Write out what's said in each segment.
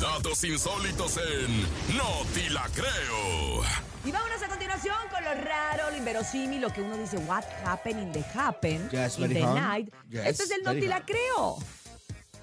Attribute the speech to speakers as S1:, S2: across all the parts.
S1: Datos insólitos en No Te La Creo.
S2: Y vámonos a continuación con lo raro, lo inverosímil, lo que uno dice, what happened in the happen,
S3: Yes,
S2: in
S3: very
S2: the
S3: hum.
S2: night.
S3: Yes,
S2: Esto es el no
S3: very
S2: te la
S3: hum.
S2: creo.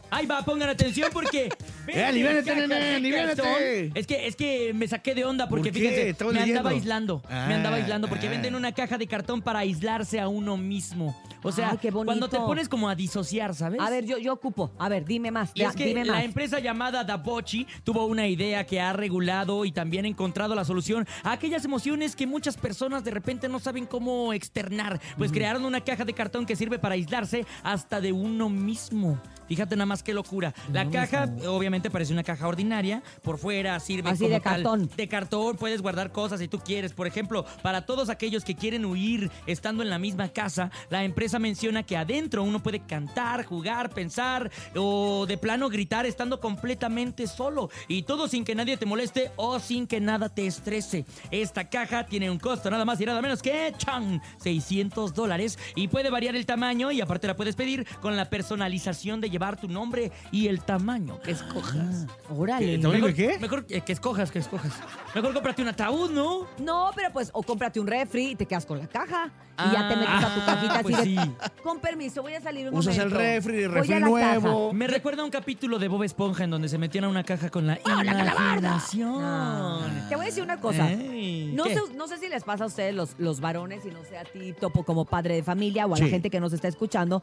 S4: Ahí va, pongan atención porque.
S3: Eh, aliviánate,
S4: Caca,
S3: nene, aliviánate.
S4: Es que, es que me saqué de onda porque
S3: ¿Por qué?
S4: fíjense,
S3: Estaba
S4: me
S3: leyendo.
S4: andaba aislando.
S3: Ah,
S4: me andaba aislando porque
S3: ah.
S4: venden una caja de cartón para aislarse a uno mismo. O sea,
S2: Ay, Ah, qué bonito.
S4: cuando te pones como a disociar, ¿sabes?
S2: A ver, yo, yo ocupo. A ver, dime más.
S4: Y
S2: ya,
S4: Pues, es que
S2: dime
S4: la
S2: más.
S4: empresa llamada Dabochi tuvo una idea que ha regulado y también encontrado la solución a aquellas emociones que muchas personas de repente no saben cómo externar. Pues crearon una caja de cartón que sirve para aislarse hasta de uno mismo. Fíjate nada más qué locura. La caja, obviamente, parece una caja ordinaria. Por fuera sirve
S2: Así
S4: como
S2: de
S4: tal-
S2: cartón.
S4: de cartón puedes guardar cosas si tú quieres. Por ejemplo, para todos aquellos que quieren huir estando en la misma casa, la empresa menciona que adentro uno puede cantar, jugar, pensar o de plano gritar estando completamente solo. Y todo sin que nadie te moleste o sin que nada te estrese. Esta caja tiene un costo nada más y nada menos que chan, 600 dólares y puede variar el tamaño y aparte la puedes pedir con la personalización de llevar tu nombre y el tamaño que escojas.
S2: Ah, Órale.
S3: ¿Te obligo
S4: Mejor-
S3: a qué?
S4: Mejor eh, que escojas, que escojas. Mejor cómprate un ataúd, ¿no?
S2: No, pero pues, o cómprate un refri y te quedas con la caja. y ya
S4: Ah,
S2: te metes a tu cajita
S4: pues
S2: así de,
S4: sí.
S2: Con permiso, voy a salir un
S3: Usas
S2: momento.
S3: el refri,
S2: Voy a
S3: refri
S2: la
S3: nuevo.
S4: Me recuerda a un capítulo de Bob Esponja en donde se metían a una caja con la
S2: ¡Oh, caja.
S4: imaginación.
S2: No. Te voy a decir una cosa.
S4: Ey,
S2: No
S4: ¿qué?
S2: sé, no sé si les pasa a ustedes los, los varones, y no sé a ti, Topo, como padre de familia o a la
S3: Sí.
S2: gente que nos está escuchando,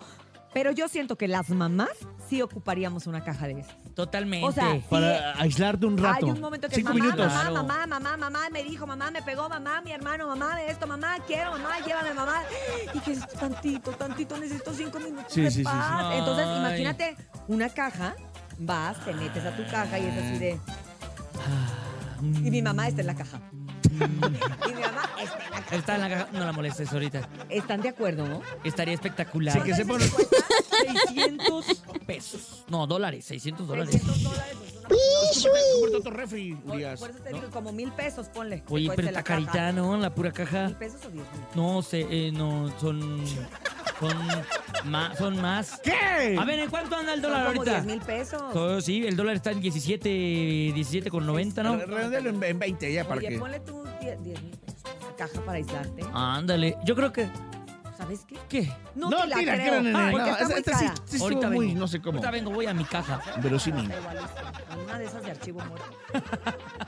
S2: pero yo siento que las mamás sí ocuparíamos una caja de esas.
S4: Totalmente.
S2: O sea,
S3: Para aislarte un rato.
S2: Hay un momento que es
S3: Cinco
S2: mamá,
S3: minutos.
S2: mamá,
S4: Claro.
S2: mamá, mamá, mamá, me dijo, mamá, me pegó, mamá, mi hermano, mamá, de esto, mamá, quiero, mamá, llévame, mamá. Y que es tantito, tantito, necesito cinco minutos
S3: Sí,
S2: de
S3: sí, sí, sí.
S2: paz. Entonces,
S4: Ay.
S2: imagínate una caja, vas, te metes a tu caja y es así de... Y mi mamá está en la caja. y mi mamá está en la caja.
S4: Está en la caja. No la molestes ahorita.
S2: ¿Están de acuerdo, no?
S4: Estaría espectacular.
S3: Sí, que sepa-
S2: ¿Cuánto dices que cuesta?
S4: 600 pesos. No, dólares. 600 dólares.
S2: 300 dólares. pues, una-
S3: Cómprate otro refri,
S2: Por,
S3: Urias.
S2: por eso te digo, como mil pesos, ponle. que
S4: Oye,
S2: cueste
S4: pero
S2: la
S4: está
S2: caja.
S4: carita, ¿no? La pura caja.
S2: ¿Mil pesos o diez mil?
S4: No sé, eh, no, son. Son más. Son más.
S3: ¿Qué?
S4: A ver, ¿en cuánto anda el
S2: Son
S4: dólar
S2: como
S4: ahorita?
S2: 10 mil pesos.
S4: So- sí, el dólar está en 17, 17 con 90, ¿no?
S3: Re- redéalo en, en 20 ya para Ah.
S2: Oye,
S3: que.
S2: ponle tú 10 mil pesos en una caja para aislarte.
S4: Ándale, yo creo que...
S2: ¿Sabes qué?
S4: ¿Qué?
S2: No, te la creo.
S3: nene,
S2: Ah, porque
S3: no,
S2: está
S3: esta-
S2: muy
S3: esta
S2: cara.
S3: sí, sí estuvo muy, no sé cómo.
S4: Ahorita vengo, voy a mi caja.
S3: Verosímil.
S2: Una de esas de archivo muerto.